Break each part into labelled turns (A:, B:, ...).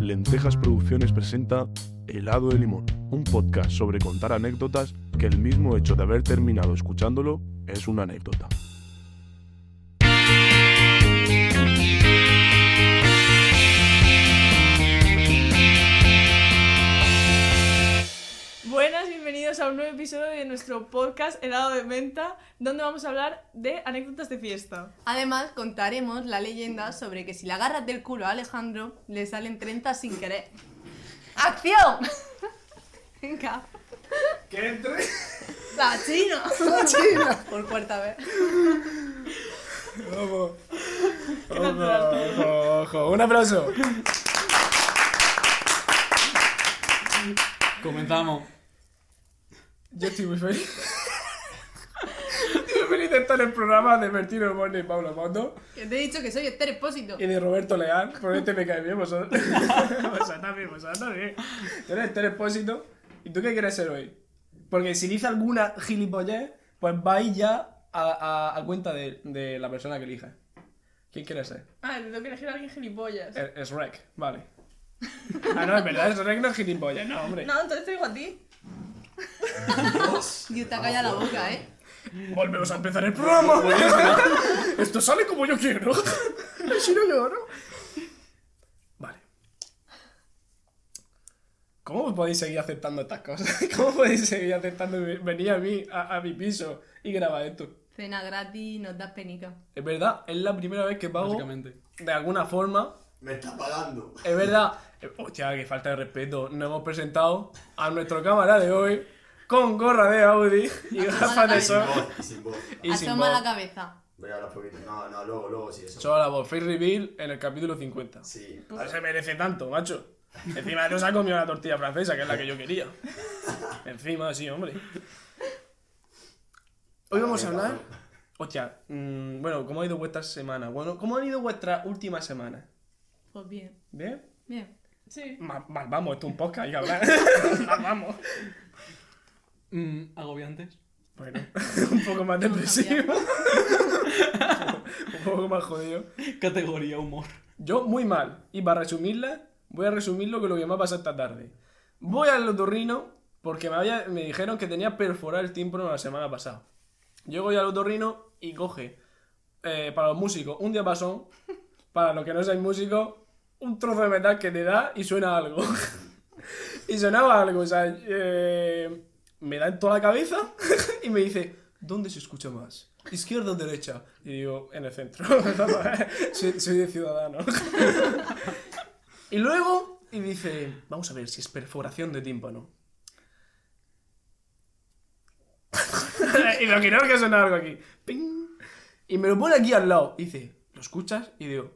A: Lentejas Producciones presenta Helado de Limón, un podcast sobre contar anécdotas que el mismo hecho de haber terminado escuchándolo es una anécdota.
B: Buenas, bienvenidos a un nuevo episodio de nuestro podcast Helado de Menta, donde vamos a hablar de anécdotas de fiesta.
C: Además, contaremos la leyenda sobre que si le agarras del culo a Alejandro, le salen 30 sin querer. ¡Acción! Venga,
D: ¡Que entre!
C: la chino. Por cuarta vez.
D: ¡Vamos!
B: natural.
D: ¡Ojo, ojo, ojo! ¡Un aplauso!
E: Comenzamos.
D: Yo estoy muy feliz. Estoy muy feliz de estar en el programa de Bertino Morne y Pablo Mondo
C: Que te he dicho que soy Esther Espósito.
D: y de Roberto Leal. Por este me cae bien, vosotros. Vosotros también, vosotros también. Tú eres Esther Expósito. ¿Y tú qué quieres ser hoy? Porque si dice alguna gilipollez, pues vais ya a, a- a cuenta de, de la persona que elija. ¿Quién quieres ser?
B: Ah, te tengo que elegir a alguien gilipollas.
D: Es es Rec, vale. Ah, no, es verdad, es Rec no es gilipollas, no, hombre.
B: No, entonces te digo a ti.
C: Dios
D: Ah,
C: te ha callado la boca, ¿eh?
D: Volvemos a empezar el programa. Esto sale como yo quiero. Si no lloro. Vale. ¿Cómo podéis seguir aceptando estas cosas? ¿Cómo podéis seguir aceptando venir a mí, a, a mi piso y grabar esto?
C: Cena gratis, nos das penica.
D: Es verdad, es la primera vez que pago
E: Básicamente.
D: de alguna forma.
F: Me está pagando.
D: Es verdad. Eh, Hostia, qué falta de respeto. Nos hemos presentado a nuestro cámara de hoy con gorra de Audi y gafas de sol.
F: Sin voz, sin voz.
D: Y sin
C: Asoma la
D: voz.
C: cabeza.
F: Voy a hablar poquito. No, no, luego, luego, sí, eso.
D: Solo la voz. Free reveal en el capítulo 50.
F: Sí.
D: No se merece tanto, macho. Encima nos ha comido la tortilla francesa, que es la que yo quería. Encima, sí, hombre. Hoy vamos a hablar. Hostia, mm, bueno, ¿cómo ha ido vuestra semana? Bueno, ¿cómo han ido vuestras últimas semanas?
C: Pues bien,
D: ¿Bien?
C: bien.
B: Sí.
D: Mal, mal vamos, esto es un podcast, hay que hablar. Mal vamos.
E: Mm, agobiantes.
D: Bueno, un poco más depresivo. un poco más jodido.
E: Categoría humor.
D: Yo muy mal. Y para resumirla, voy a resumirlo con lo que me ha pasado esta tarde. Voy al otorrino porque me, había- me dijeron que tenía perforado el tímpano la semana pasada. Yo voy al otorrino y coge eh, para los músicos un diapasón, para los que no sean músicos, un trozo de metal que te da y suena algo. y sonaba algo, o sea, eh, me da en toda la cabeza y me dice, ¿dónde se escucha más? ¿Izquierda o derecha? Y digo, en el centro. soy, soy de ciudadano. y luego, y dice, vamos a ver si es perforación de tímpano. y lo que no es que suena algo aquí. Ping. Y me lo pone aquí al lado. Y dice, ¿lo escuchas? Y digo,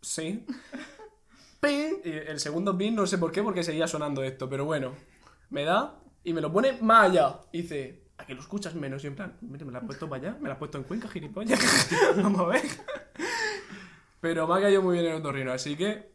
D: sí. Ping. Y el segundo pin, no sé por qué, porque seguía sonando esto, pero bueno. Me da y me lo pone más allá. Y dice, ¿a que lo escuchas menos? Y en plan, mire, me la has puesto para allá, me la has puesto en Cuenca, gilipollas. Vamos a ver. Pero me ha caído muy bien el otorrino, así que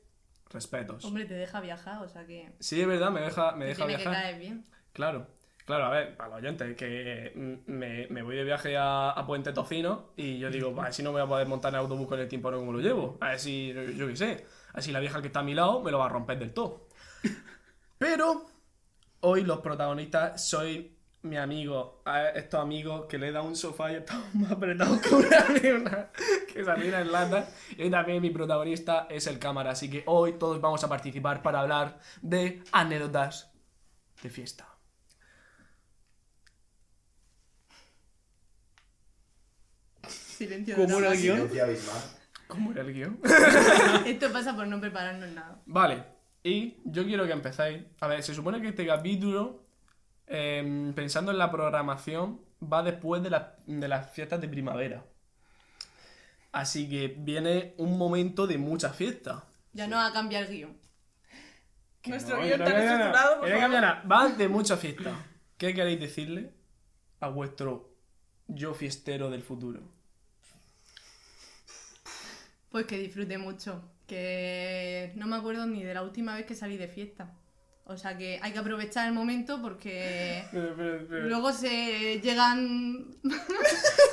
D: respetos.
C: Hombre, te deja viajar, o sea que.
D: Sí, es verdad, me deja, me deja
C: tiene
D: viajar.
C: que caer bien.
D: Claro, claro, a ver, para los oyentes, que mm, me, me voy de viaje a, a Puente Tocino y yo digo, "Buah, si no me voy a poder montar en autobús con el tiempo como lo llevo. A ver si, yo qué sé, así la vieja que está a mi lado me lo va a romper del todo. Pero hoy los protagonistas soy mi amigo, a estos amigos que le he dado un sofá y están más apretados que una luna, que sardina en lata. Y hoy también mi protagonista es el cámara, así que hoy todos vamos a participar para hablar de anécdotas de fiesta.
C: Silencio. de
E: ¿Cómo era
C: drama.
E: el guión?
F: Silencio abismal.
D: ¿Cómo era el guión?
C: Esto pasa por no prepararnos nada.
D: Vale, y yo quiero que empezáis. A ver, se supone que este capítulo, em, pensando en la programación, va después de, la- de las fiestas de primavera. Así que viene un momento de mucha fiesta.
C: Ya no va a cambiar el guón.
B: Nuestro
D: No,
B: guión
D: no,
B: tan
D: no, no, no.
B: estructurado, por
D: Mira,
B: favor.
D: Gabriela, Va de mucha fiesta. ¿Qué queréis decirle a vuestro yo fiestero del futuro?
C: Pues que disfrute mucho. Que no me acuerdo ni de la última vez que salí de fiesta. O sea que hay que aprovechar el momento porque
D: Pero, pero, pero-
C: luego se llegan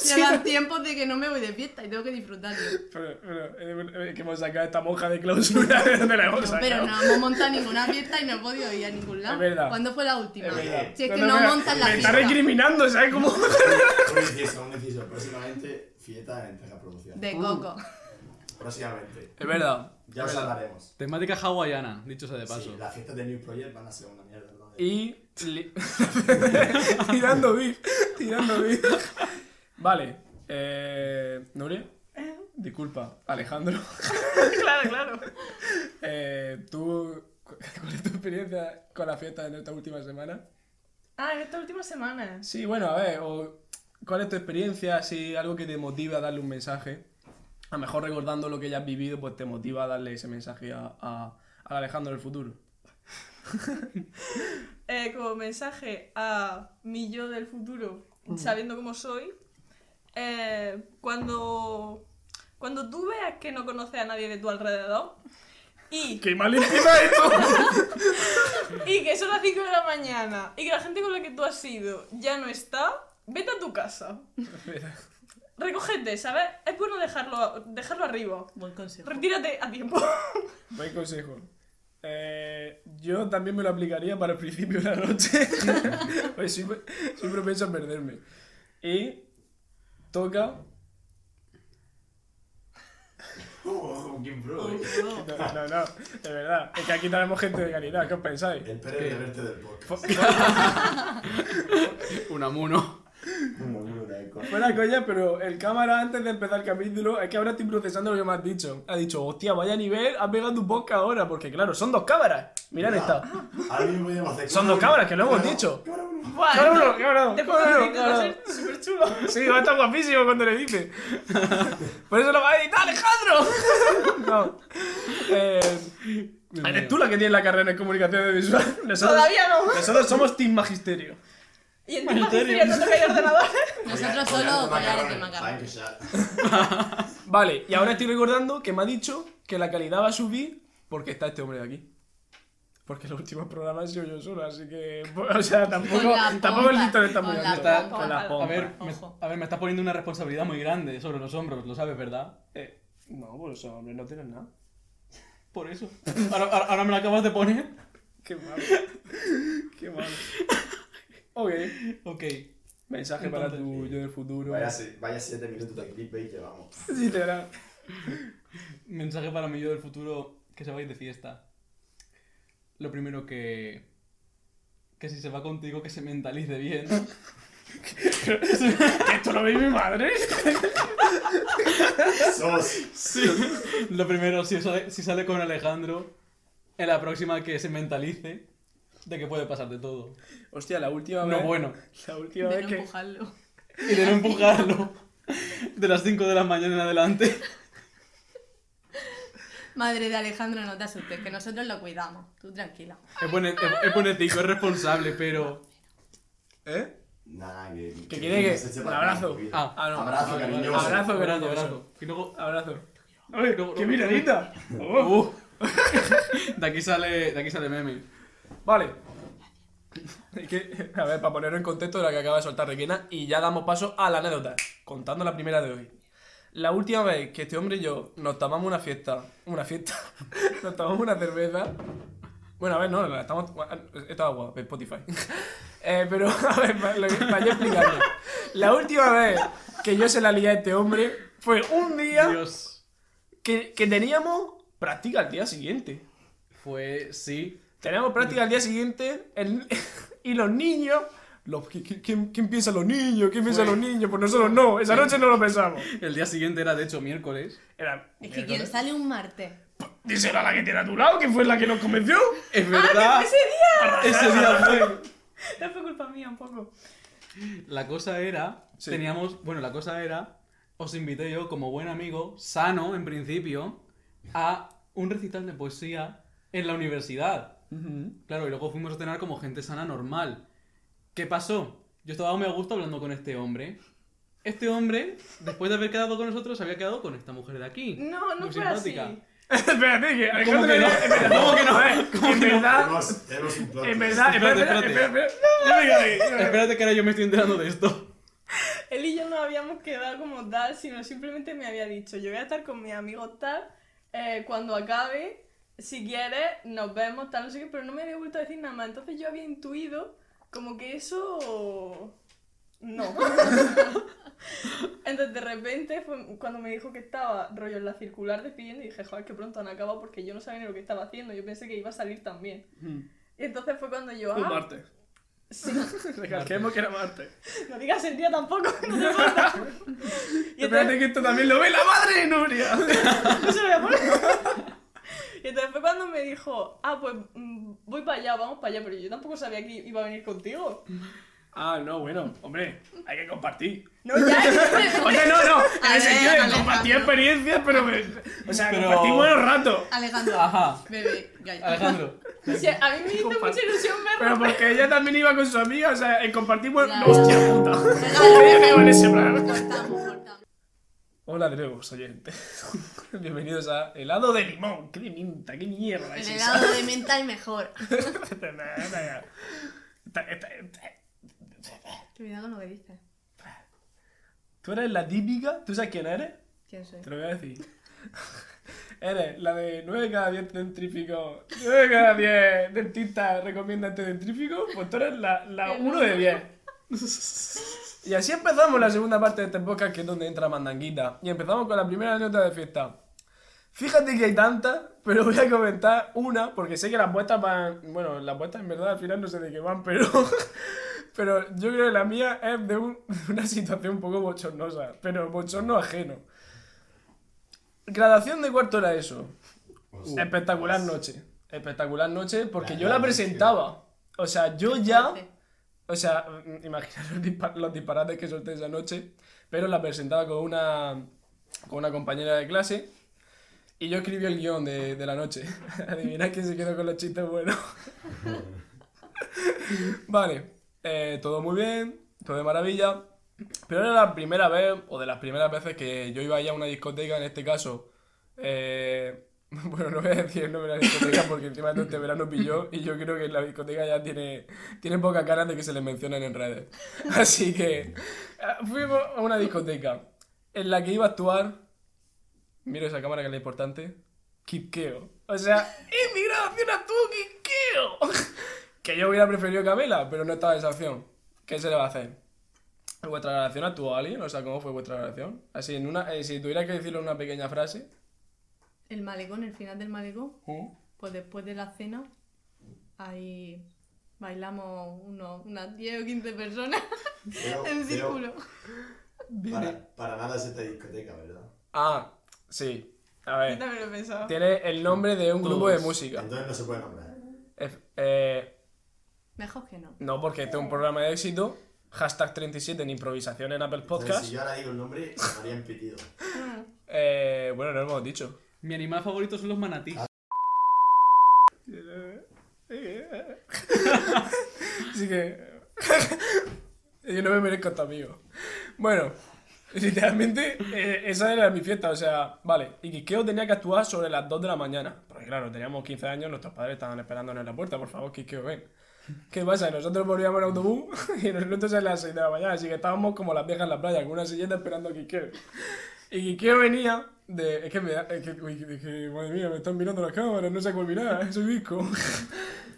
C: llegan tiempos de que no me voy de fiesta y tengo que disfrutarlo.
D: pero- pero, eh, eh, que hemos sacado esta monja de clausura de donde la hemos
C: No,
D: sacado.
C: pero Pues no hemos montado ninguna fiesta y no he podido ir a ningún lado.
D: Es verdad.
C: ¿Cuándo fue la última?
F: Es verdad.
C: Si es que
D: No,
C: no,
D: no, mira,
C: montan la
D: Me está
C: fiesta.
D: recriminando, ¿sabes cómo?
F: Un inciso, un inciso. Próximamente, fiesta en Teja Producción.
C: De coco.
D: Uh.
F: Próximamente.
D: Es verdad.
F: Ya os hablaremos.
E: Temática hawaiana, dicho sea de paso.
F: Sí, las fiestas de New Project van a ser una mierda. ¿no?
D: Y. li- tirando beef. Tirando beef. Vale. Eh. Nuria. Disculpa, Alejandro.
B: Claro, claro.
D: Eh, ¿Tú. cu- ¿Cuál es tu experiencia con la fiesta de esta última semana?
B: Ah, en esta última semana.
D: Sí, bueno, a ver, o ¿cuál es tu experiencia? Si algo que te motiva a darle un mensaje. A lo mejor recordando lo que ya has vivido, pues te motiva a darle ese mensaje a, a, a Alejandro del futuro.
B: Eh, como mensaje a mi yo del futuro,
D: Mm.
B: sabiendo cómo soy, eh, cuando, cuando tú veas que no conoces a nadie de tu alrededor y,
D: ¡Qué mal empieza esto!
B: y que son las 5 de la mañana y que la gente con la que tú has ido ya no está, vete a tu casa. Recógete, ¿sabes? Es bueno dejarlo, dejarlo arriba.
C: Buen consejo.
B: Retírate a tiempo.
D: Buen consejo. Eh, yo también me lo aplicaría para el principio de la noche. pues soy, soy propenso a perderme. Y toca.
F: ¡Oh, qué pro! eh.
D: No, no, no, de verdad. Es que aquí tenemos gente de calidad, ¿qué os pensáis?
F: El Pérez de verte del podcast.
E: Unamuno.
D: Buena coña, pero el cámara antes de empezar el capítulo, es que ahora estoy procesando lo que me has dicho. Ha dicho, hostia, vaya nivel, has pegado tu podcast ahora, porque claro, son dos cámaras. Mirad esta.
F: Ahora mismo podemos hacer.
D: Son dos cámaras, que lo hemos dicho.
B: Buah,
D: Claro,
B: esto-
D: claro,
B: Te puedo
D: claro,
B: decir que va a
D: claro.
B: ser súper chulo.
D: Sí, va a estar guapísimo cuando le dice. Por eso lo va a editar Alejandro. No. Eh, eres tú la que tiene la carrera en comunicación audiovisual. Nosotros,
B: Todavía no.
D: Nosotros somos Team Magisterio.
B: Y en tu magisterio no toca el ordenador.
C: Nosotros solo collares de macarrones.
D: Vale, y ahora estoy recordando que me ha dicho que la calidad va a subir porque está este hombre de aquí. Porque los últimos programas he sido yo solo, así que. pues, O sea, tampoco,
C: la
D: tampoco el
C: pompa,
D: listón está muy
C: con
D: alto.
C: la
E: pompa.
D: Con las
E: A
D: pompas.
E: ver, me,
C: Ojo.
E: a ver, me estás poniendo una responsabilidad muy grande sobre los hombros, lo sabes, ¿verdad?
D: Eh, no, pues los hombres no tienen nada.
E: Por eso. Ahora, ahora- ahora me la acabas de poner.
D: Qué malo. Qué malo. Ok.
E: Ok.
D: Mensaje para tu yo del futuro.
F: Vaya, se- vaya siete minutos de clickbait llevamos.
D: Literal.
E: Mensaje para mi yo del futuro, que se vais de fiesta. Lo primero que... Que si se va contigo, que se mentalice bien.
D: ¿Esto lo ve mi madre?
F: Sos.
E: Sí. Lo primero, si sale, si sale con Alejandro, en la próxima que se mentalice de que puede pasar de todo.
D: Hostia, la última vez.
E: No bueno.
D: La última
C: De
D: vez
C: no
D: que.
C: empujarlo.
E: Y de no empujarlo de las 5 de la mañana en adelante.
C: Madre de Alejandro, no te asustes, que nosotros lo cuidamos. Tú tranquila.
E: Es buen, es, es buenecico, es responsable, pero...
D: ¿Eh?
F: Nada, que.
D: Que quiere que-
F: se eche
D: un
F: para
D: abrazo.
F: atrás, vida.
E: Ah,
D: ah, no.
F: Abrazo,
E: Vale, vale,
F: cariñoso.
E: vale.
D: Abrazo,
E: abrazo,
D: cariñoso.
E: abrazo. Y luego...
D: Abrazo. ¡Ay,
E: no,
D: qué
E: no.
D: miradita! Oh.
E: Uh. de aquí sale, de aquí sale meme.
D: Vale. Es que, a ver, para ponerlo en contexto de la que acaba de soltar Requena, y ya damos paso a la anécdota, contando la primera de hoy. La última vez que este hombre y yo nos tomamos una fiesta, una fiesta, nos tomamos una cerveza. Bueno, a ver, no, la estamos. Esto es agua, de Spotify. Eh, pero, a ver, para, lo que- para yo explicarlo. La última vez que yo se la lié a este hombre fue un día
E: Dios.
D: que, que teníamos práctica al día siguiente.
E: Fue, sí.
D: Tenemos práctica al día siguiente el- y los niños. Los, ¿qui- qui- quién, quién piensa los niños? ¿Quién piensa los niños? Pues nosotros no, esa noche no lo pensamos.
E: El día siguiente era, de hecho, miércoles.
D: Era,
C: Es que quien sale un martes.
D: Díselo a la que tiene a tu lado, que fue la que nos convenció.
E: Es
B: Ah,
E: verdad.
B: que ese día.
E: Ese día fue.
B: No fue culpa mía un poco.
E: La cosa era,
D: Sí.
E: teníamos, bueno, la cosa era, os invité yo como buen amigo, sano en principio, a un recital de poesía en la universidad. Claro, y luego fuimos a cenar como gente sana normal. ¿Qué pasó? Yo estaba muy a gusto hablando con este hombre. Este hombre, después de haber quedado con nosotros, había quedado con esta mujer de aquí.
B: No, no
E: muy
B: fue
E: simpática.
B: así.
D: Espérate, que Alejandro me-
E: que no?
D: espera,
E: ¿Cómo que no?
D: a ver,
E: ¿Cómo
D: en
E: que no?
D: verdad,
F: Tenemos, tenemos un plot.
D: en
F: twist.
D: verdad, espera,
E: Espérate,
D: espera, espera,
E: espérate.
D: espera, espera.
E: Espérate que ahora yo me estoy enterando de esto.
B: Él y yo no habíamos quedado como tal, sino simplemente me había dicho, yo voy a estar con mi amigo tal, eh, cuando acabe, si quieres, nos vemos tal, no sé qué, pero no me había vuelto a decir nada más. Entonces yo había intuido como que eso... No. Entonces de repente fue cuando me dijo que estaba rollo en la circular despidiendo y dije, joder, que pronto han acabado porque yo no sabía ni lo que estaba haciendo, yo pensé que iba a salir también. Y entonces fue cuando yo...
D: Un
B: "Ah,
D: martes.
B: sí".
D: Recalquemos que era martes.
B: No digas el día tampoco, no te importa. Y
D: Espérate
B: entonces,
D: que esto también lo ve la madre de Nuria.
B: no se lo voy a poner. Y entonces fue cuando me dijo, ah, pues mm, voy para allá, vamos para allá, pero yo tampoco sabía que iba a venir contigo.
D: Ah, no, bueno, hombre, hay que compartir.
B: No, ya,
D: O sea, no, no, en
C: A ver,
D: el sentido de
C: Alejandro.
D: compartir experiencias, pero. me- o sea,
E: Pero-
D: compartir buenos ratos.
C: Alejandro.
E: Ajá.
C: Bebé, galleta.
E: Alejandro.
B: o sea, a mí me hizo
D: Compa-
B: mucha ilusión
D: Pero
B: verlo.
D: porque ella también iba con su amiga, o sea, en compartir buenos.
C: Ya.
D: ¡Hostia puta!
C: Regalo,
D: Ella iba en
C: regalo.
D: ese plan.
C: Cortamos, cortamos.
D: Hola de nuevo, oyentes. Bienvenidos a helado de limón. ¡Qué de minta, qué mierda
C: El
D: es
C: helado de menta es mejor.
D: esa! Nah, nah, nah. Ta- ta- ta-
C: Cuidado con lo que dices.
D: Tú eres la típica, ¿tú sabes quién eres?
C: ¿Quién soy?
D: Te lo voy a decir. Eres la de 9 cada 10 dentríficos. 9 cada 10 dentistas recomiendan este dentrífico. Pues tú eres la, la
B: El
D: 1 de 10. Y así empezamos la segunda parte de este podcast, que es donde entra Mandanguita. Y empezamos con la primera anécdota de fiesta. Fíjate que hay tantas, pero voy a comentar una, porque sé que las vuestras van. Bueno, las vuestras en verdad al final no sé de qué van, pero. Pero yo creo que la mía es de, un- de una situación un poco bochornosa, pero bochorno ajeno. Graduación de cuarto era eso.
F: Hostia.
D: Espectacular noche. Espectacular noche, porque
F: La
D: yo la
F: gran
D: presentaba. O sea, yo ya.
C: Fuerte.
D: O sea, mm, imaginaros los, dispa- los disparates que solté esa noche, pero la presentaba con una, con una compañera de clase y yo escribí el guión de, de la noche. Adivinad quién se quedó con los chistes buenos. vale, eh, todo muy bien, todo de maravilla, pero era la primera vez, o de las primeras veces que yo iba a ir a una discoteca, en este caso, eh, bueno, no voy a decir el nombre de la discoteca porque encima todo este verano pilló y yo creo que la discoteca ya tiene, tiene pocas ganas de que se les mencionen en redes. Así que eh, fuimos a una discoteca en la que iba a actuar, miro esa cámara que es la importante, Kikeo. O sea, inmigración a tu Kikeo. Que yo hubiera preferido Camela, pero no estaba esa opción. ¿Qué se le va a hacer? ¿Vuestra relación actuó a alguien? O sea, ¿cómo fue vuestra relación? Así, en una, eh, si tuviera que decirlo en una pequeña frase.
C: El malecón, el final del malecón. Pues después de la cena, ahí bailamos unos, unas 10 o 15 personas
F: Veo-
C: en
F: veo-
C: círculo.
F: Para, para nada es esta discoteca, ¿verdad?
D: Ah, sí. A
B: Yo
D: ver.
B: también lo he pensado.
D: Tiene el nombre de un grupo de
E: Todos.
D: música.
F: Entonces no se puede nombrar.
D: Ef- eh,
C: Mejor que no.
D: no, porque este es un programa de éxito. Hashtag 37 en improvisación en Apple
F: Entonces,
D: Podcast.
F: si yo ahora digo el nombre, me harían pitido.
D: Eh, bueno, no lo hemos dicho.
E: Mi animal favorito son los manatís.
D: Así que. Yo no me merezco estar amigo. Bueno, literalmente, eh, esa era mi fiesta. O sea, vale. Y Quiqueo tenía que actuar sobre las 2 de la mañana. Porque claro, teníamos 15 años, nuestros padres estaban esperándonos en la puerta. Por favor, Quiqueo, ven. ¿Qué pasa? Nosotros volvíamos en autobús y nosotros a las 6 de la mañana. Así que estábamos como las viejas en la playa, con una silleta esperando a Quiqueo. Y Quiqueo venía de. Es que me da. Es que, uy, es que, madre mía, me están mirando las cámaras, no sé cuál mirar, soy disco.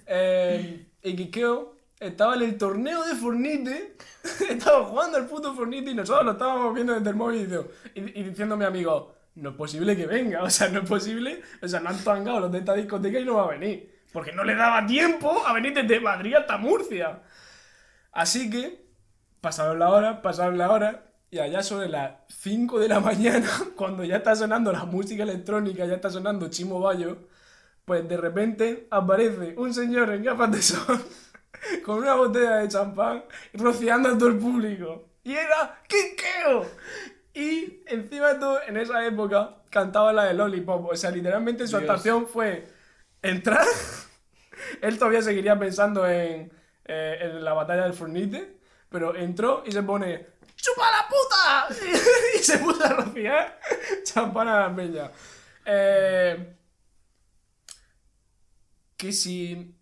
D: eh, y Quiqueo estaba en el torneo de Fornite, estaba jugando al puto Fornite y nosotros lo estábamos viendo desde el móvil y, digo- y, y diciendo a mi amigo, no es posible que venga, o sea, no es posible, o sea, no han tangado los de esta discoteca y no va a venir. Porque no le daba tiempo a venir desde Madrid hasta Murcia. Así que pasaron la hora, pasaron la hora, y allá sobre las 5 de la mañana, cuando ya está sonando la música electrónica, ya está sonando Chimo Bayo, pues de repente aparece un señor en gafas de sol con una botella de champán rociando a todo el público. Y era Kikeo. Y encima de todo, en esa época cantaba la de Lollipop. O sea, literalmente su
E: Dios.
D: actuación fue entrar. Él todavía seguiría pensando en, eh, en la batalla del Fornite, pero entró y se pone ¡Chupa la puta! y se puso a rociar champán a la peña. Eh, Que si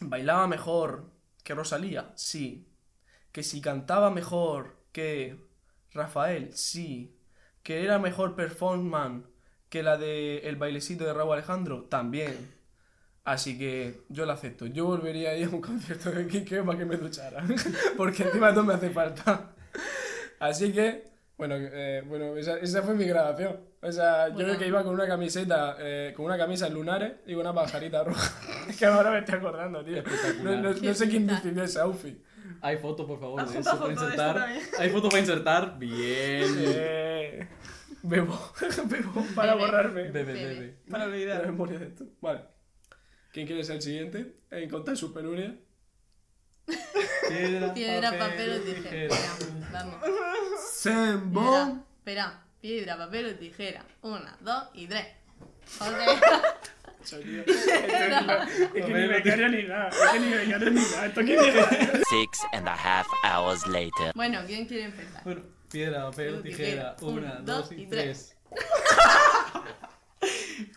D: bailaba mejor que Rosalía, sí. Que si cantaba mejor que Rafael, sí. Que era mejor performance que la de el bailecito de Raúl Alejandro, también. Así que yo la acepto. Yo volvería a ir a un concierto de Kike para que me duchara. Porque encima no me hace falta. Así que, bueno, eh, bueno esa, esa fue mi grabación. O sea, yo
C: Bueno.
D: creo que iba con una camiseta, eh, con una camisa en lunares y con una pajarita roja. es que ahora me estoy acordando, tío. No,
E: Espectacular.
D: no- no
C: Qué
D: sé quién
C: pinta.
D: decidió ese outfit.
E: Hay foto, por favor, de
B: Adjunta
E: eso
B: foto
E: para
B: de esto
E: insertar.
B: también.
E: Hay foto para insertar. Bien.
D: Eh, bebo, bebo para
C: Bebe.
D: borrarme.
E: Bebe, bebe.
C: Bebe.
B: Para
D: La
B: olvidar.
D: memoria de esto. Vale. ¿Quién quiere ser el siguiente? En contar su penuria.
E: Piedra,
C: Piedra, papel o tijera.
E: tijera.
C: Vamos.
D: Sembón.
C: Espera, espera. Piedra, papel o tijera. Una, dos y tres. Ok.
D: Es que ni becario ni nada. Es que ni becario ni nada. Esto que ni-
G: Six and a half hours later.
C: Bueno, ¿quién quiere empezar?
E: Bueno, piedra, papel o tijera. Una, dos y tres.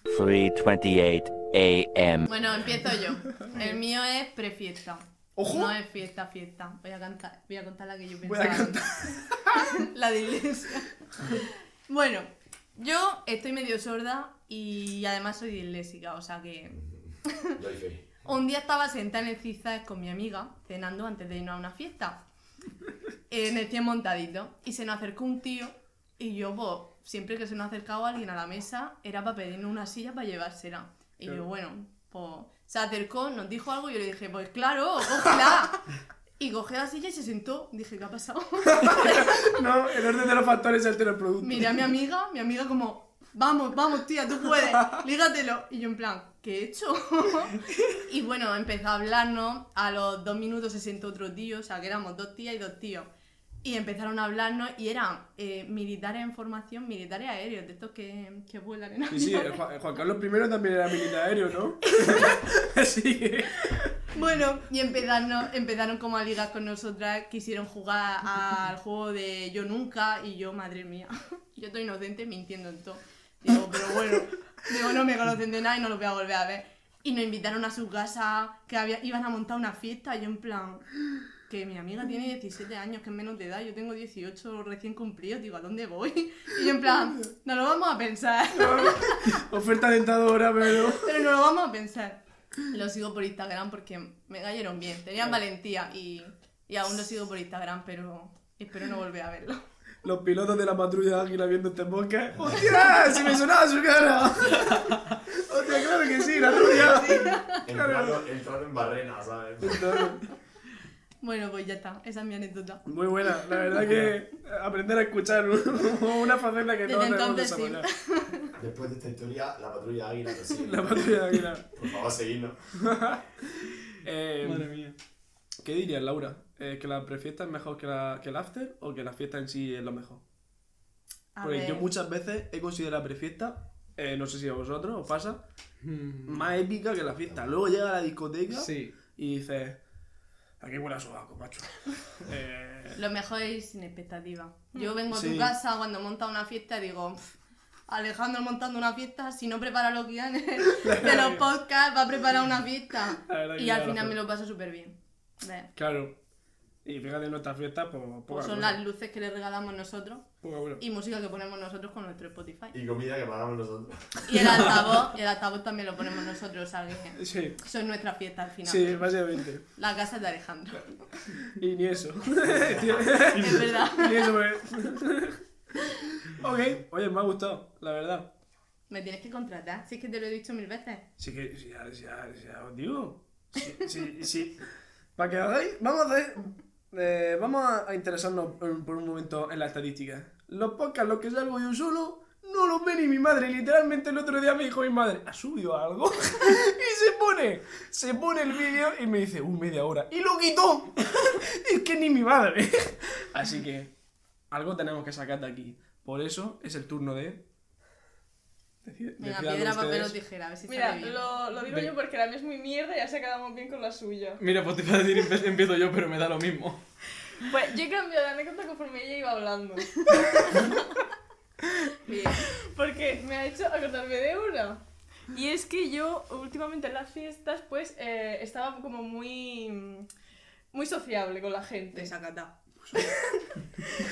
G: 3:28 a.m.
C: Bueno, empiezo yo. El mío es prefiesta.
D: Ojo.
C: No es fiesta, fiesta. Voy a cantar, voy a contar la que yo
D: Voy
C: pensaba.
D: a cantar.
C: la de iglesia. Bueno, yo estoy medio sorda y además soy disléxica, o sea que
F: Doy fe.
C: Un día estaba sentada en el Zigzag con mi amiga, cenando antes de irnos a una fiesta. Eh, En el 100 montadito. Y se nos acercó un tío. Y yo, pues, siempre que se nos acercaba alguien a la mesa, era para pedirnos una silla para llevársela. Y yo,
D: Claro.
C: bueno, pues, se acercó, nos dijo algo y yo le dije, pues claro, cógela. Y cogió la silla y se sentó. Dije, ¿qué ha pasado?
D: No, el orden de los factores altera el producto.
C: Miré a mi amiga, mi amiga como, vamos, vamos, tía, tú puedes, lígatelo. Y yo en plan, ¿qué he hecho? y bueno, empezó a hablarnos, a los dos minutos se sentó otro tío, o sea, que éramos dos tías y dos tíos. Y empezaron a hablarnos y eran eh, militares en formación, militares aéreos, de estos que, que vuelan en
D: Sí, sí, el
C: aviones.
D: Juan, el Juan Carlos I también era militar aéreo, ¿no? Así que.
C: Bueno, y empezaron, empezaron como a ligar con nosotras, quisieron jugar al juego de yo nunca y yo, madre mía, yo estoy inocente mintiendo en todo. Digo, pero bueno, digo, no me conocen de nada y no los voy a volver a ver. Y nos invitaron a su casa, que había, iban a montar una fiesta, y yo en plan, que mi amiga tiene 17 años, que es menos de edad, yo tengo 18 recién cumplidos, digo, ¿a dónde voy? Y yo en plan, no lo vamos a pensar.
D: Oferta tentadora, pero.
C: Pero no lo vamos a pensar. Lo sigo por Instagram porque me cayeron bien. Tenían valentía y, y aún lo sigo por Instagram, pero espero no volver a verlo.
D: Los pilotos de la patrulla águila viendo este bosque. ¡Hostia! ¡Se me sonaba su cara! ¡Hostia, claro que sí! ¡La rubia!
F: Entraron, entraron en barrena, ¿sabes?
D: Claro.
C: Bueno, pues ya está. Esa es mi anécdota.
D: Muy buena, la verdad que aprender a escuchar una faceta que
C: Desde
D: todos debemos
C: entonces, sí.
D: desarrollar.
F: Después de esta historia, la patrulla águila nos sigue.
D: La patrulla de águila.
F: Por favor, seguidnos.
D: Eh,
E: Madre mía.
D: ¿Qué dirías, Laura? Eh, ¿Que la prefiesta es mejor que, la, que el after o que la fiesta en sí es lo mejor?
C: A
D: Porque
C: ver,
D: Pues yo muchas veces he considerado la prefiesta, eh, no sé si a vosotros os pasa,
E: Mm,
D: más épica que la fiesta. Luego llega a la discoteca
E: Sí.
D: y dices, aquí huele a sobaco, macho. Eh,
C: Lo mejor es sin expectativa. Yo vengo a tu
D: Sí.
C: casa cuando monta una fiesta y digo... "Pff, Alejandro montando una fiesta, si no prepara los guiones de los podcasts, va a preparar una fiesta.
D: La verdad que
C: Y
D: ya
C: al
D: lo
C: final
D: sé.
C: me lo paso súper bien. Ve,
D: claro. Y fíjate en nuestra fiesta, pues poca
C: pues son
D: cosa,
C: las luces que le regalamos nosotros
D: poca cosa.
C: y música que ponemos nosotros con nuestro Spotify.
F: Y comida que pagamos nosotros.
C: Y el altavoz, y el altavoz también lo ponemos nosotros, ¿sabes?
D: Sí,
C: Son nuestra fiesta al final.
D: sí, básicamente.
C: La casa es de Alejandro.
D: Y ni eso.
C: es verdad.
D: Y eso fue. ok, oye, me ha gustado, la verdad.
C: Me tienes que contratar, si es que te lo he dicho mil veces.
D: Sí que, sí, ya, ya, ya os digo. Sí, sí, sí. Para que hagáis, vamos a hacer. eh, vamos a, a interesarnos por, por un momento en la estadística. Los podcasts, los que salgo yo solo, no los ve ni mi madre. Literalmente el otro día me dijo mi madre, ¿ha subido algo? y se pone, se pone el vídeo y me dice, un media hora. Y lo quitó. es que ni mi madre. Así que, algo tenemos que sacar de aquí. Por eso es el turno de. decid-
C: Venga,
D: decid algo
C: piedra, papel o
D: ustedes.
C: tijera, a ver si
B: Mira,
C: sale bien.
B: lo, lo digo
E: Venga.
B: yo porque la mía es muy mierda y así acabamos bien con la suya.
E: Mira, pues te iba a decir, empe- empiezo yo, pero me da lo mismo.
B: Pues yo he cambiado de anécdota conforme ella iba hablando.
C: Bien.
B: Porque me ha hecho acordarme de una. Y es que yo últimamente en las fiestas pues eh, estaba como muy, muy sociable con la gente.
C: Desacatado.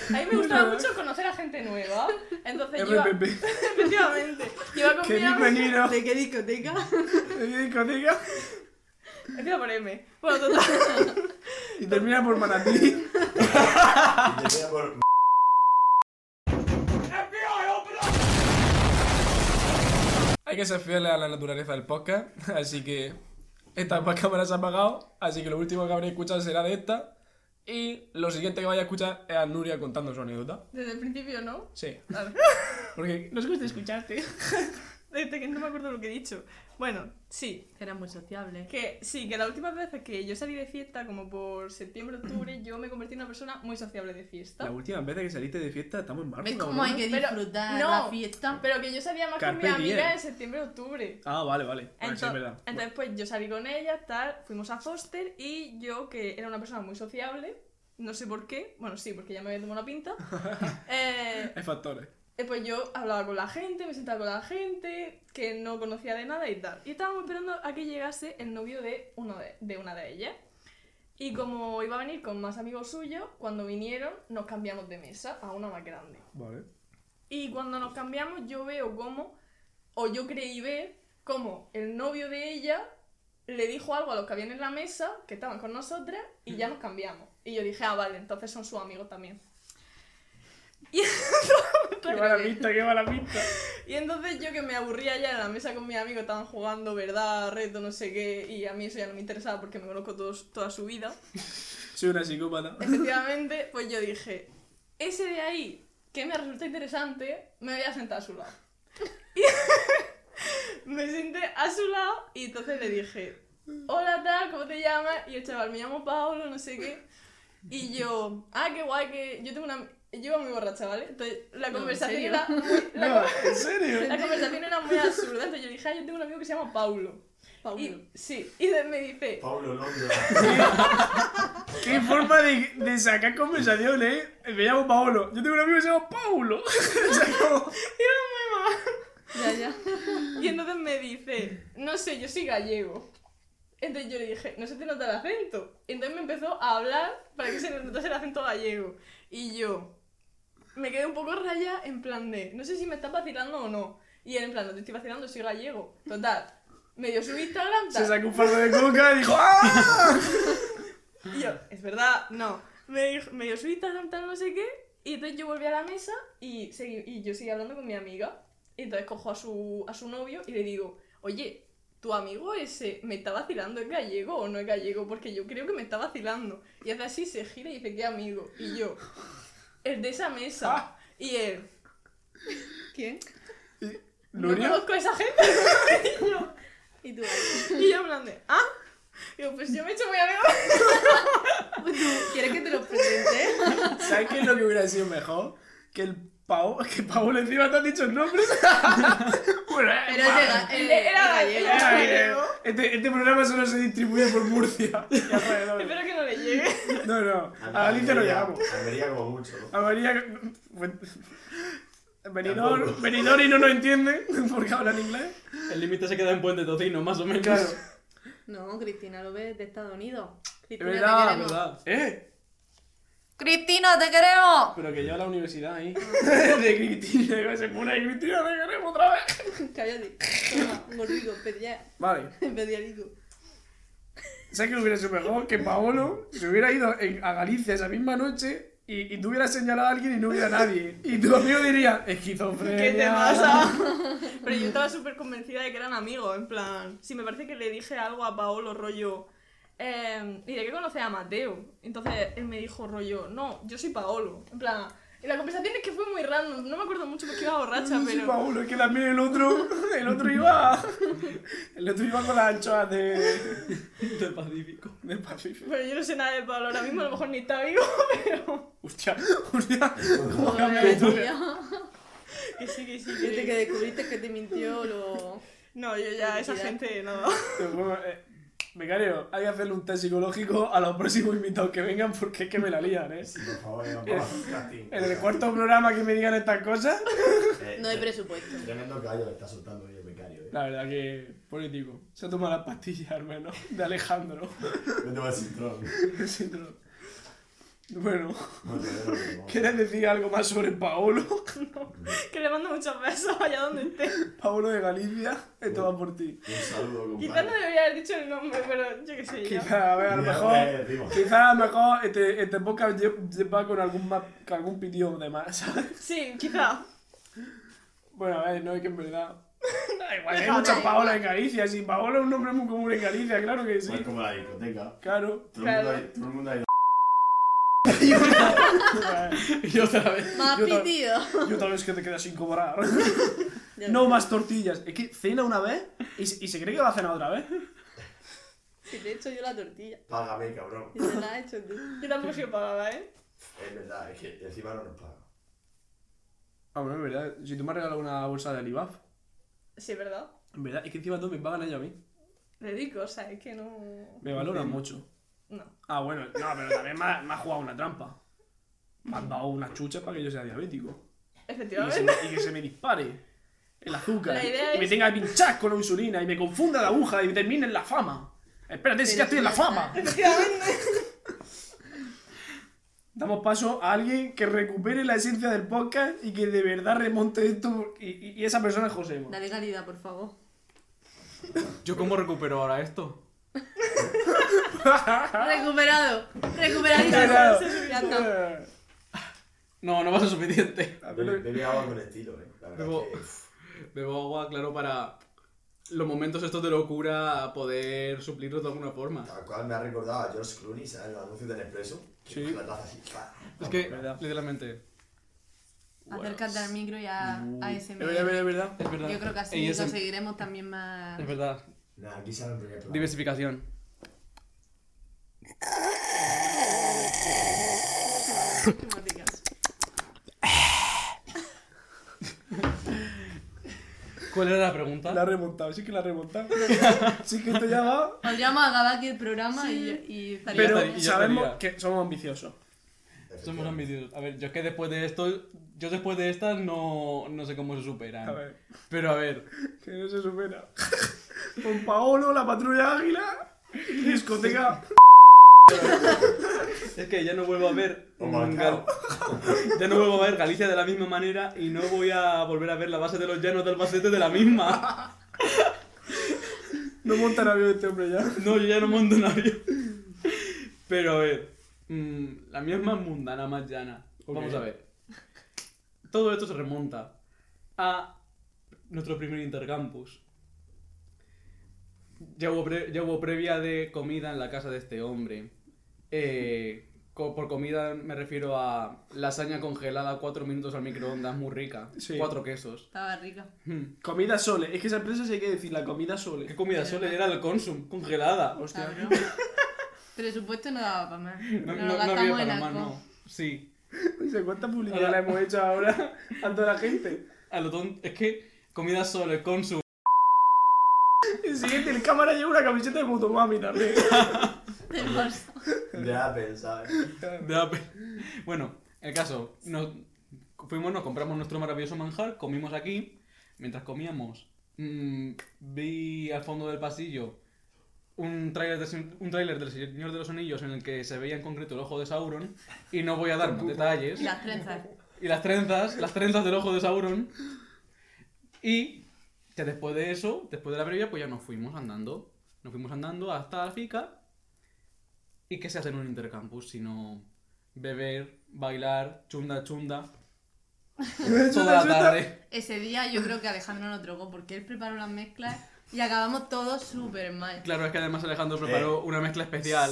B: A mí me gustaba mucho conocer a gente nueva. Entonces yo...
D: RPP.
B: Efectivamente. Yo iba con
D: ¡Qué
B: mi amiga-
D: bienvenido!
C: ¿De qué discoteca?
D: De discoteca
B: Empieza por M. Bueno, total.
D: y termina por Manatí.
F: Y te voy a por-
D: Hay que ser fiel a la naturaleza del podcast, así que esta cámara se ha apagado, así que lo último que habréis escuchado será de esta. Y lo siguiente que vais a escuchar es a Nuria contando su anécdota.
B: Desde el principio, ¿no?
D: Sí,
B: Vale.
D: porque nos gusta escucharte.
B: Desde que no me acuerdo lo que he dicho. Bueno, sí.
C: Era muy sociable.
B: Que sí, que la última vez que yo salí de fiesta, como por septiembre, octubre, yo me convertí en una persona muy sociable de
D: La
B: fiesta.
D: última vez que saliste de fiesta estamos en marzo.
C: ¿Ves cómo
D: cabrón.
C: hay que
B: Pero-
C: disfrutar
B: no.
C: la fiesta?
B: Pero que yo salía más
D: Carpe
B: con mi amiga
D: diem.
B: en septiembre, octubre.
D: Ah, vale, vale. Bueno, sí,
B: Ento-
D: es verdad.
B: entonces, pues yo salí con ella, tal, fuimos a Foster y yo, que era una persona muy sociable, no sé por qué, bueno, sí, porque ya me había tomado una pinta, eh,
D: Hay factores.
B: eh, pues yo hablaba con la gente, me sentaba con la gente, que no conocía de nada y tal. Y estábamos esperando a que llegase el novio de, uno de, de una de ellas. Y como iba a venir con más amigos suyos, cuando vinieron nos cambiamos de mesa a una más grande.
D: Vale.
B: Y cuando nos cambiamos, yo veo como, o yo creí ver, como el novio de ella le dijo algo a los que habían en la mesa, que estaban con nosotras, y ya nos cambiamos. Y yo dije, ah, vale, entonces son sus amigos también. Y
D: Qué mala pista, qué mala pista.
B: y entonces yo que me aburría ya en la mesa con mis amigos, estaban jugando, ¿verdad? Reto, no sé qué, y a mí eso ya no me interesaba porque me conozco todos, toda su vida.
D: Soy una psicópata.
B: Efectivamente, pues yo dije, ese de ahí que me resulta interesante, me voy a sentar a su lado. Y me senté a su lado y entonces le dije, hola tal, ¿cómo te llamas? Y el chaval, me llamo Paolo, no sé qué. Y yo, ah, qué guay, que yo tengo una... Yo iba muy borracha, ¿vale? Entonces la
C: No, ¿en
B: conversación
C: serio?
B: era... la
D: No, ¿en serio?
B: la conversación era muy absurda, entonces yo dije, ah, yo tengo un amigo que se llama Paulo.
C: Paulo.
B: Y, sí, y de- me dice,
F: Pablo Londra.
D: Qué forma de, de sacar conversación, eh. Me llamo Paolo. Yo tengo un amigo que se llama Paulo. O sea, como-
C: Ya, ya.
B: y entonces me dice, no sé, yo soy gallego. Entonces yo le dije, no se te nota el acento. Y entonces me empezó a hablar para que se le notase el acento gallego. Y yo me quedé un poco raya en plan de, no sé si me estás vacilando o no. Y él en plan, no te estoy vacilando, soy gallego. Total. Me dio su Instagram,
D: se
B: tal.
D: sacó un fardo de coca y dijo ¡Ah!
B: Y yo, es verdad, no. Me dijo, me dio su Instagram, tal, no sé qué. Y entonces yo volví a la mesa y, seguí, y yo seguí hablando con mi amiga. Y entonces cojo a su, a su novio y le digo, oye, tu amigo ese me está vacilando, ¿es gallego o no es gallego? Porque yo creo que me está vacilando. Y hace así, se gira y dice, ¿qué amigo? Y yo, el de esa mesa. Y él,
C: ¿Quién?
B: no
D: ¿Nuria?
B: conozco a esa gente. y yo,
C: ¿Y tú?
B: y yo hablando, ¿ah? Digo, pues yo me he hecho muy amigo.
C: ¿Quieres que te lo presente?
D: ¿Sabes qué es lo que hubiera sido mejor? Que el Pau, que Paolo encima te han dicho el nombre. Bueno, eh,
C: Pero es de ga- eh,
B: Era-
C: es gallego.
B: era-
D: eh, eh, este, este programa solo se distribuye por Murcia. Y alrededor.
B: Espero que no le llegue.
D: No, no. A Galicia lo
F: Almería-
D: llamamos.
F: Almería como mucho.
D: A María. Benidorm, Benidorm y no nos entiende porque hablan inglés.
E: El límite se queda en Puente Tocino, más o menos.
D: Claro.
C: No, Cristina López de Estados Unidos.
D: Es
C: Cristina, te
D: verdad,
C: queremos.
D: verdad. ¿Eh?
C: ¡Cristina, te queremos!
D: Pero que yo a la universidad ahí. De Cristina, iba a ser pura y Cristina, te queremos otra vez.
C: Cállate. Toma, un gorrico, pedia-
D: Vale.
C: pedialico.
D: ¿Sabes que hubiera sido mejor? Que Paolo se hubiera ido en- a Galicia esa misma noche y, y tú hubieras señalado a alguien y no hubiera nadie. Y tu amigo diría, esquizofrenia.
B: ¿Qué te pasa? Pero yo estaba súper convencida de que eran amigos, en plan... Si me parece que le dije algo a Paolo, rollo... Eh, y de que conocía a Mateo. Entonces él me dijo, rollo, no, yo soy Paolo. En plan... Y la conversación es que fue muy random, no me acuerdo mucho porque iba borracha,
D: Sí,
B: pero...
D: Paolo, es que también el otro, el otro iba, el otro iba con las anchoas de,
E: Del Pacífico.
D: del Pacífico.
B: Pero yo no sé nada de Paolo ahora mismo, a lo mejor ni está vivo, pero...
D: Hostia, hostia,
C: Joder, tío.
B: Que sí, que sí, que
C: Desde que descubriste que te mintió lo...
B: No, yo ya, esa
C: Ya.
B: gente, no.
D: Te juro, eh, Becario, hay que hacerle un test psicológico a los próximos invitados que vengan porque es que me la lían, ¿eh?
F: Sí, por favor, vamos a hacer casting.
D: En el cuarto programa que me digan estas cosas,
F: Eh,
C: No hay
F: tre-
C: presupuesto.
F: Tremendo callo que está soltando hoy el becario. eh.
D: La verdad que político. Se ha tomado la pastilla, hermano, de Alejandro.
F: Vete más sin tron.
D: Sí, te lo- bueno,
F: No te veo, pero no.
D: ¿quieres decir algo más sobre Paolo?
B: Que le mando muchos besos allá donde esté.
D: Paolo de Galicia, esto va por ti.
F: Un saludo,
B: Quizás
F: compadre.
B: no debería haber dicho el nombre, pero yo qué sé yo.
D: Quizá, a ver, a lo
F: Mira,
D: mejor.
F: pues, digo,
D: Quizá a lo mejor este, este podcast lle- lleva con algún, ma- con algún pitido de más, ¿sabes?
B: Sí, quizá.
D: Bueno, a ver, no es que en verdad. Da igual, hay
C: Déjame,
D: muchas
C: da
D: Paola en Galicia. Sí, Paola es un nombre muy común en Galicia, claro que sí.
F: pues como la discoteca.
D: Claro.
F: Todo el mundo
B: Claro.
F: ahí- todo el mundo ahí.
E: Y otra vez.
C: Más
D: Yo tam-
C: pitido.
D: Yo otra vez que te quedas sin cobrar. No más tortillas. Es que cena una vez y, se- y se cree que va a cenar otra vez.
C: Si te he hecho yo la tortilla.
F: Págame, cabrón.
C: Y te la has hecho tú.
B: Yo tampoco soy pagada, ¿eh?
F: Es verdad, es que encima no nos paga.
D: Ah, bueno, es verdad. Si tú me has regalado una bolsa de Alibaba.
B: Sí, ¿verdad?
D: En verdad, es que encima tú me pagan ellos a mí.
B: Le di cosas, es que no.
D: Me valoran mucho.
B: No.
D: Ah, bueno, no, pero también me ha, me ha jugado una trampa. Me han dado una chucha para que yo sea diabético. Y que, se
B: Efectivamente.
D: me, y que se me dispare el azúcar.
B: La idea
D: Y me
B: es-
D: tenga que pinchar con la insulina. Y me confunda la aguja y termine en la fama. Espérate, si
C: Pero
D: ya estoy en la
C: si ya
D: fama.
B: Efectivamente.
D: Damos paso a alguien que recupere la esencia del podcast y que de verdad remonte esto. Y, y- y esa persona es Josema.
C: Dale calidad, por favor.
E: ¿Yo cómo recupero ahora esto?
C: Recuperado. Recuperadito.
D: Claro.
C: Ah. Ya está.
E: No, no va a ser suficiente.
D: A ver lo-
F: Bebe bebe agua con estilo, eh. La verdad
E: Bebo-
F: es que. uf,
E: Bebo agua, claro, para los momentos estos de locura poder suplirlos de alguna forma.
F: Tal cual me ha recordado a George Clooney, ¿sabes? Los anuncios del Nespresso. Que
D: Sí.
F: coge La taza así. pa,
E: Es
F: pa,
E: que,
F: pa.
D: Verdad.
E: literalmente.
C: Acércate al micro y a, a ese
D: Es verdad, es verdad, es verdad.
E: Es verdad.
C: Yo creo que así
E: Ey, es-
C: conseguiremos también más.
E: Es verdad.
F: Nah, aquí sale el primer plano.
E: Diversificación.
C: temáticas.
E: ¿Cuál era la pregunta?
D: La ha remontado, sí que la ha remontado. sí que esto ya va.
C: Podríamos acabar aquí el programa y, y estaría
D: Pero
E: estaría- yo
D: sabemos
E: estaría.
D: que somos ambiciosos.
E: Somos ambiciosos. A ver, yo es que después de esto, yo después de estas no, no sé cómo se superan.
D: A ver,
E: Pero a ver,
D: que no se supera. Con Paolo, la patrulla águila y discoteca.
E: es que ya no vuelvo a ver.
F: O
D: Oh
E: mm,
F: Macao.
E: Gal- ya no vuelvo a ver Galicia de la misma manera y no voy a volver a ver la base de los llanos de Albacete de la misma.
D: No monta el avión este hombre ya.
E: No, yo ya no monto un avión. Pero a ver, mm, la mía es más mundana, más llana. Vamos a ver. Todo esto se remonta a nuestro primer intercampus. Ya hubo, pre- ya hubo previa de comida en la casa de este hombre. Eh, co- por comida me refiero a lasaña congelada, cuatro minutos al microondas, muy rica.
D: Sí.
E: Cuatro quesos.
C: Estaba rica.
E: Hmm.
D: Comida sole. Es que esa empresa sí hay que decir la comida
E: ¿Qué
D: sole.
E: comida solo? Era el consum, congelada.
D: Hostia.
C: Cabrón. Presupuesto no daba para más.
E: No,
C: Nos
E: no,
C: lo
E: no
C: gastamos
E: había
C: en
E: para más,
C: alcohol.
E: no. Sí.
D: Dice, ¿cuánta publicidad le hemos hecho ahora a toda la gente?
E: A lo ton- Es que comida solo, el consum.
D: El siguiente, el cámara lleva una camiseta de Motomami también.
C: Del bolso.
F: De Apple, ¿sabes?
E: de Apple. Bueno, el caso, nos fuimos, nos compramos nuestro maravilloso manjar, comimos aquí. Mientras comíamos, mm, vi al fondo del pasillo un tráiler de se- un tráiler del Señor de los Anillos en el que se veía en concreto el ojo de Sauron. Y no voy a dar más detalles.
C: Y las trenzas.
E: Y las trenzas, las trenzas del ojo de Sauron. Y que después de eso, después de la previa, pues ya nos fuimos andando. Nos fuimos andando hasta la fica. ¿Y qué se hace en un intercampus? Sino beber, bailar, chunda chunda. Toda la tarde.
C: Ese día yo creo que Alejandro no trocó porque él preparó las mezclas y acabamos todos súper mal.
E: Claro, es que además Alejandro preparó una mezcla especial.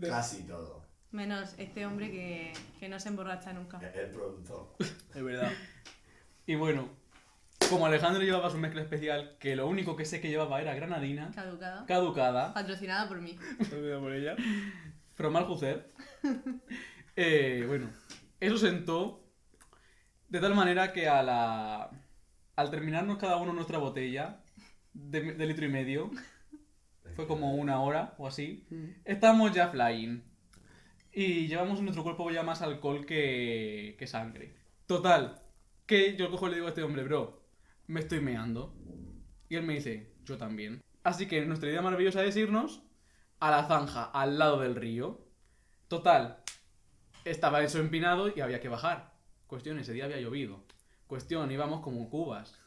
F: Casi todo.
C: Menos este hombre que, que no se emborracha nunca.
F: El- El productor.
D: Es verdad.
E: Y bueno, como Alejandro llevaba su mezcla especial, que lo único que sé que llevaba era granadina,
C: Caducada.
E: caducada,
C: Patrocinada por mí.
D: Me olvido por ella.
E: From Al Husser. Eh, bueno, eso sentó de tal manera que a la, al terminarnos cada uno nuestra botella de, de litro y medio, fue como una hora o así, estamos ya flying. Y llevamos en nuestro cuerpo ya más alcohol que, que sangre. Total, que yo cojo y le digo a este hombre, bro, me estoy meando. Y él me dice, yo también. Así que nuestra idea maravillosa es irnos a la zanja, al lado del río. Total, estaba eso empinado y había que bajar. Cuestión, ese día había llovido. Cuestión, íbamos como cubas.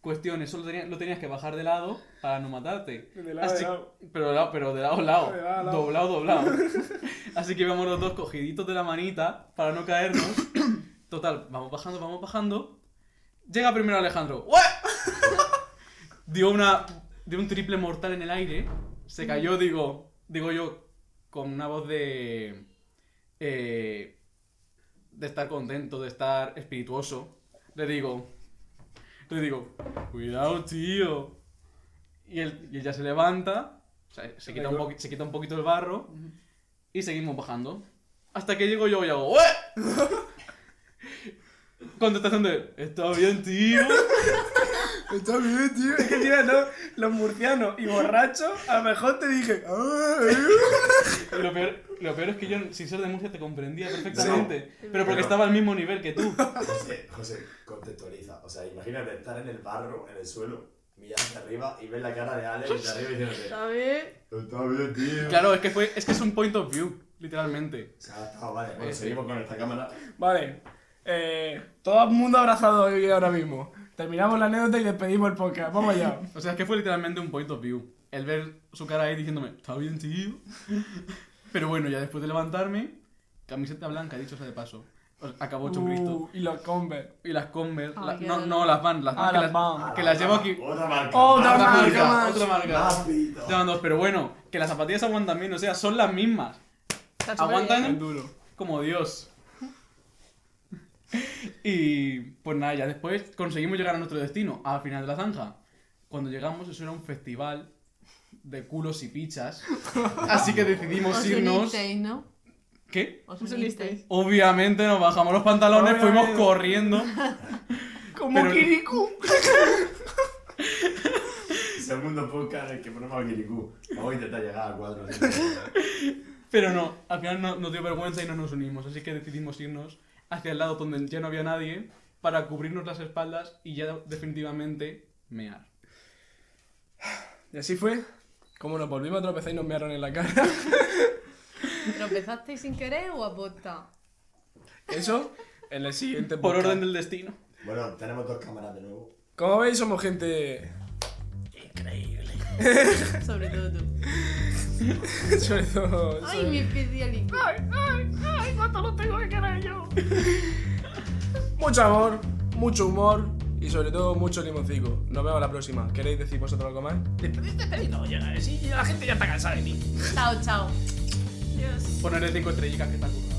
E: Cuestión, eso lo, tenía- lo tenías que bajar de lado para no matarte.
D: De lado, de lado.
E: Pero, de lado- pero de lado a lado.
D: De lado a lado.
E: Doblado, doblado. Así que íbamos los dos cogiditos de la manita para no caernos. Total, vamos bajando, vamos bajando. Llega primero Alejandro. ¡Ué! dio una dio un triple mortal en el aire se cayó digo digo yo con una voz de eh, de estar contento de estar espirituoso le digo le digo cuidado tío y él, y él ya se levanta o sea, se, quita un poqui- se quita un poquito el barro y seguimos bajando hasta que llego yo y hago ¡Ué! contestación de está bien tío
D: Está bien, tío. Es que, tío, no, los murcianos y borrachos, a lo mejor te dije. "Ah, eh".
E: Lo peor, lo peor es que yo, sin ser de Murcia, te comprendía perfectamente. Pero porque estaba al mismo nivel que tú.
F: José, José, contextualiza. O sea, imagínate estar en el barro, en el suelo, mirar hacia arriba y ver la cara de Alex desde arriba diciéndote:
C: ¿Sabes?
F: Está bien, tío.
E: Claro, es que, fue, es que es un point of view, literalmente.
F: O sea, está, vale, bueno, seguimos con esta cámara.
D: Vale. Eh, todo el mundo abrazado aquí ahora mismo. Terminamos la anécdota y despedimos el podcast. Vamos allá.
E: O sea, es que fue literalmente un point of view. El ver su cara ahí diciéndome, está bien, tío. Pero bueno, ya después de levantarme, camiseta blanca, dicho sea de paso. O sea, Acabó hecho un Cristo.
D: Uh, y los combes.
E: Y las Converse,
C: Ay,
E: la-
C: qué
E: no,
C: dolor.
E: no, las van, las
D: Ah,
E: van, que
D: las
E: las,
D: Vans.
E: que las llevo aquí.
F: Otra marca.
D: Otra
E: Otra
D: marca,
E: marca,
D: más.
E: otra marca.
F: Papito.
E: Llevan dos, pero bueno, que las zapatillas aguantan bien, o sea, son las mismas.
C: Está súper
E: Aguantan
D: Tan duro.
E: como Dios. Y pues nada, ya después conseguimos llegar a nuestro destino, al final de la zanja. Cuando llegamos, eso era un festival de culos y pichas. Así que decidimos
C: Os
E: irnos.
C: unisteis, ¿no?
E: ¿Qué?
C: Os unisteis.
E: Obviamente nos bajamos los pantalones,
D: Obviamente.
E: fuimos corriendo.
D: Como
E: Pero-
D: Kirikou.
F: Segundo podcast en el que ponemos a Kirikú. Vamos a intentar llegar a cuatro. ¿sí?
E: Pero no, al final no- nos dio vergüenza y no nos unimos. Así que decidimos irnos hacia el lado donde ya no había nadie para cubrirnos las espaldas y ya definitivamente mear.
D: Y así fue. Como nos volvimos a tropezar y nos mearon en la cara.
C: ¿Tropezasteis sin querer o aposta?
D: Eso en el siguiente
E: Por
D: podcast.
E: orden del destino.
F: Bueno, tenemos dos cámaras de nuevo.
D: Como veis, somos gente.
C: Sobre todo tú.
D: sobre todo.
C: ¡Ay, mi especialista!
D: Mucho amor, mucho humor y sobre todo mucho limoncico. Nos vemos la próxima. ¿Queréis decir vosotros algo más?
C: Chao, chao.
B: Dios.
E: Ponerle cinco estrellitas que está currado.